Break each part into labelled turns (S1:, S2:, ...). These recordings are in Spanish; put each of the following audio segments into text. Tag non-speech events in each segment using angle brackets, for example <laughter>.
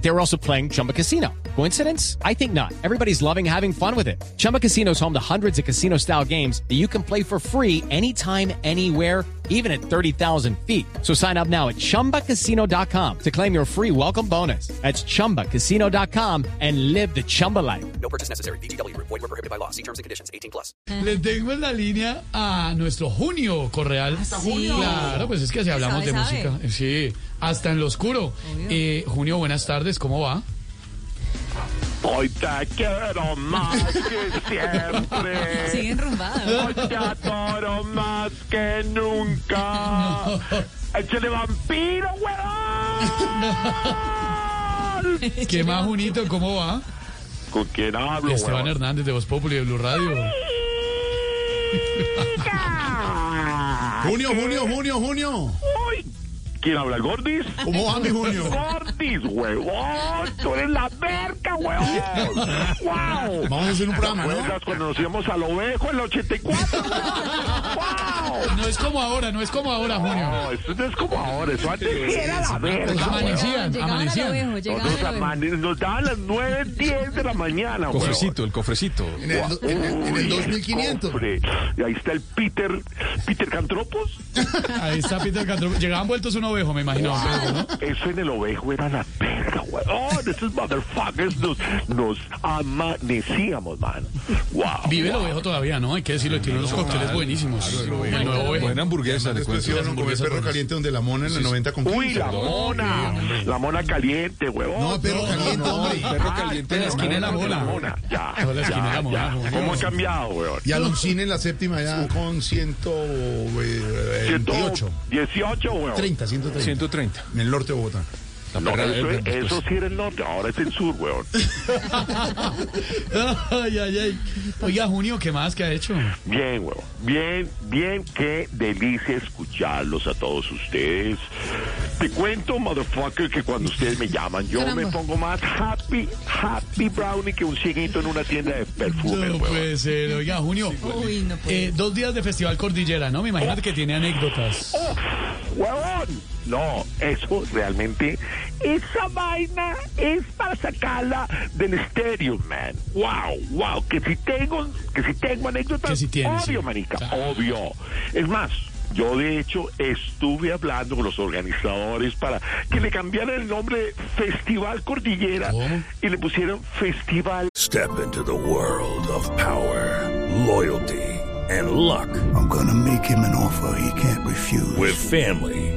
S1: They were also playing Chumba Casino. Coincidence? I think not. Everybody's loving having fun with it. Chumba Casino is home to hundreds of casino style games that you can play for free anytime, anywhere even at 30,000 feet. So sign up now at ChumbaCasino.com to claim your free welcome bonus. That's ChumbaCasino.com and live the Chumba life.
S2: No purchase necessary. BGW. Void were prohibited by law. See terms and conditions. 18 plus.
S3: Le tengo en la línea a nuestro Junio Correal. Hasta
S4: ¿Ah, junio.
S3: Claro, pues es que si hablamos
S4: sabe,
S3: de
S4: sabe.
S3: música. eh, Sí, hasta en lo oscuro. Eh, junio, buenas tardes, ¿cómo va?
S5: Hoy te quiero más que siempre.
S4: Sigue enrumbado.
S5: Hoy te adoro más que nunca. ¡Échale vampiro, huevón!
S3: ¿Qué más, Junito? ¿Cómo va?
S5: ¿Con quién hablo,
S3: Esteban
S5: huevón?
S3: Hernández de Voz Populi de Blue Radio.
S6: Junio, junio, junio, junio.
S5: Uy, ¿Quién habla, el Gordis?
S6: ¿Cómo va mi junio?
S5: ¡Gordis, huevón! ¡Tú eres la verga, huevón! ¡Wow!
S6: Vamos a hacer un programa, ¿no?
S5: ¿Recuerdas cuando nos íbamos al ovejo en el <laughs> 84? ¡Wow!
S3: No es como ahora, no es como ahora, Junio.
S5: No, eso no es como ahora, eso antes sí era la verga. huevón.
S3: <laughs> Amanecían,
S4: Llegaban al
S3: amanecían.
S4: ovejo, llegaban
S5: Nosotros
S4: al ovejo.
S5: amane- nos daban las 9, 10 de la mañana, güey.
S7: el cofrecito.
S6: En el, do- en el- en el 2500.
S5: Hombre, y ahí está el Peter, Peter Cantropos.
S3: Ahí está Peter Cantro. Llegaban vueltos un ovejo, me imagino. pero, ¿no?
S5: Eso en el ovejo era la verga, güey. Oh, esos motherfuckers nos, nos amanecíamos, man. Wow.
S3: Vive el ovejo todavía, ¿no? Hay que decirlo, y tiene unos cócteles buenísimos. El nuevo ovejo.
S7: Buena hamburguesa, le
S6: Después
S7: cuento.
S6: iban a comer perro caliente donde la mona en la 90 con 15.
S5: Uy, la mona. La mona caliente, güey.
S6: No, perro caliente, hombre.
S7: Perro caliente en la esquina de la
S3: mona.
S5: Ya,
S3: No, la esquina de la
S5: ya,
S3: mona,
S5: ya.
S3: güey.
S5: ¿Cómo ha cambiado, güey?
S6: Y Aloncina en la séptima ya con eh, 128.
S5: 18, güey.
S6: 30, 130.
S7: 130.
S6: En el norte de Bogotá.
S7: La
S5: No,
S7: perra
S5: eso,
S7: del Dante,
S5: eso
S7: pues.
S5: sí era el norte, ahora es el sur, güey.
S3: Ay, ay, ay. Oiga, Junio, ¿qué más que ha hecho?
S5: Bien, huevo. Bien, bien, qué delicia escucharlos a todos ustedes. Te cuento, motherfucker, que cuando ustedes me llaman, yo
S4: Caramba.
S5: me pongo más happy, happy brownie que un cieguito en una tienda de perfume,
S3: No puede ser. Oiga, Junio.
S4: Uy, no puede
S3: eh, dos días de Festival Cordillera, ¿no? Me imagino que tiene anécdotas.
S5: ¡Huevón! No, eso realmente, esa vaina es para sacarla del estéreo, man. Wow, wow, que si tengo, que si tengo anécdotas,
S3: Que si tienes,
S5: obvio,
S3: sí.
S5: manica,
S3: Claro.
S5: obvio. Es más, yo de hecho estuve hablando con los organizadores para que le cambiaran el nombre de Festival Cordillera
S3: ¿Cómo?
S5: y le pusieron Festival
S8: Step into the world of power, loyalty, and luck. I'm going to make him an offer he can't refuse. With family,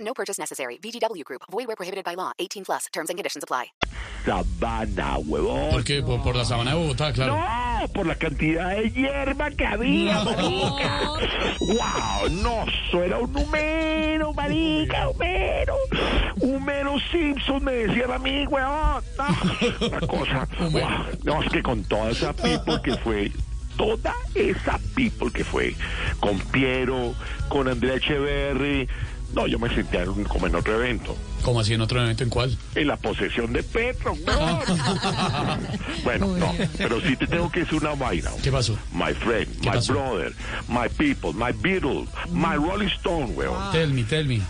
S9: No purchase necessary. VGW Group. Void where prohibited by law. 18 plus. Terms and conditions apply.
S5: Sabana, huevón.
S3: ¿Por qué? Por, por la sabana de Bogotá, claro.
S5: No, por la cantidad de hierba que había, marica. Wow, no, eso era un humero, marica, humero. Humero Simpson me decían a mí, weón. No, una cosa. wow, no, es que con toda esa people que fue. Toda esa people que fue con Piero, con Andrea Echeverry. No, yo me sentía en un- como en otro evento.
S3: ¿Cómo así en otro evento? ¿En cuál?
S5: En la posesión de Petro, weón. bueno,
S4: Uy.
S5: no, pero sí te tengo que decir una vaina.
S3: ¿Qué pasó?
S5: My friend,
S3: ¿Qué
S5: my
S3: pasó?
S5: brother, my people, my Beatles, my Rolling Stone, weón.
S3: Tell me, tell me.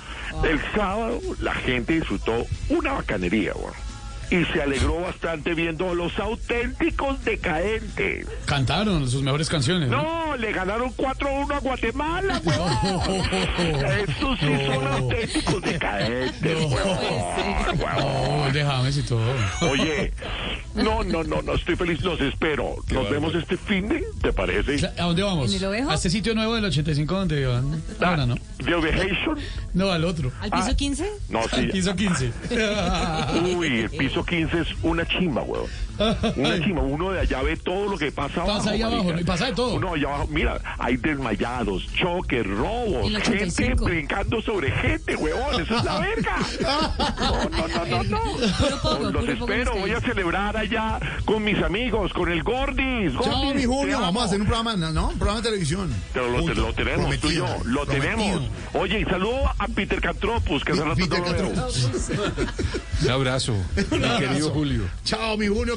S5: El sábado la gente disfrutó una bacanería, weón. Y se alegró bastante viendo a los auténticos decadentes.
S3: Cantaron sus mejores canciones. ¿no?
S5: No, le ganaron 4-1 a Guatemala, weón. Estos sí son auténticos decadentes, weón.
S3: <laughs>
S5: weón.
S3: Oh, el de James y todo.
S5: Oye, no, no, no, no, estoy feliz, los espero. Nos vemos este fin de, ¿te parece?
S3: Cla- ¿A dónde vamos?
S4: ¿En el ovejo?
S3: A este sitio nuevo del 85 donde van.
S5: Ah.
S3: Ahora no.
S5: ¿De Ovejation?
S3: No, al otro.
S4: ¿Al piso 15?
S5: No, sí.
S3: Piso 15.
S4: <laughs>
S5: Uy, el piso piso 15 es una chimba, weón. Una chimba. Uno de allá ve todo lo que pasa abajo.
S10: ahí abajo,
S5: marica.
S10: y pasa de todo.
S5: Uno allá abajo. Mira, hay desmayados, choques, robos,
S11: El
S5: gente
S11: 85.
S5: brincando sobre gente, weón. Eso es la verga. No, no, no, no, no.
S11: Puro poco, puro
S5: Los
S11: poco
S5: espero.
S11: ustedes.
S5: Voy a celebrar allá con mis amigos, con el Gordis. Gordis
S3: Chao, mi
S5: te
S3: Julio.
S5: amo.
S3: Vamos a hacer un programa, ¿no? ¿no? Un programa de televisión.
S5: Pero lo,
S3: Punto.
S5: lo tenemos, tú y yo,
S3: Prometido.
S5: lo
S3: Prometido.
S5: tenemos. Oye, y saludo a Peter Cantropus, que hace rato
S3: Peter
S5: no lo veo.
S3: Castro.
S7: <laughs> Un abrazo, mi querido Julio.
S3: Chao, mi Julio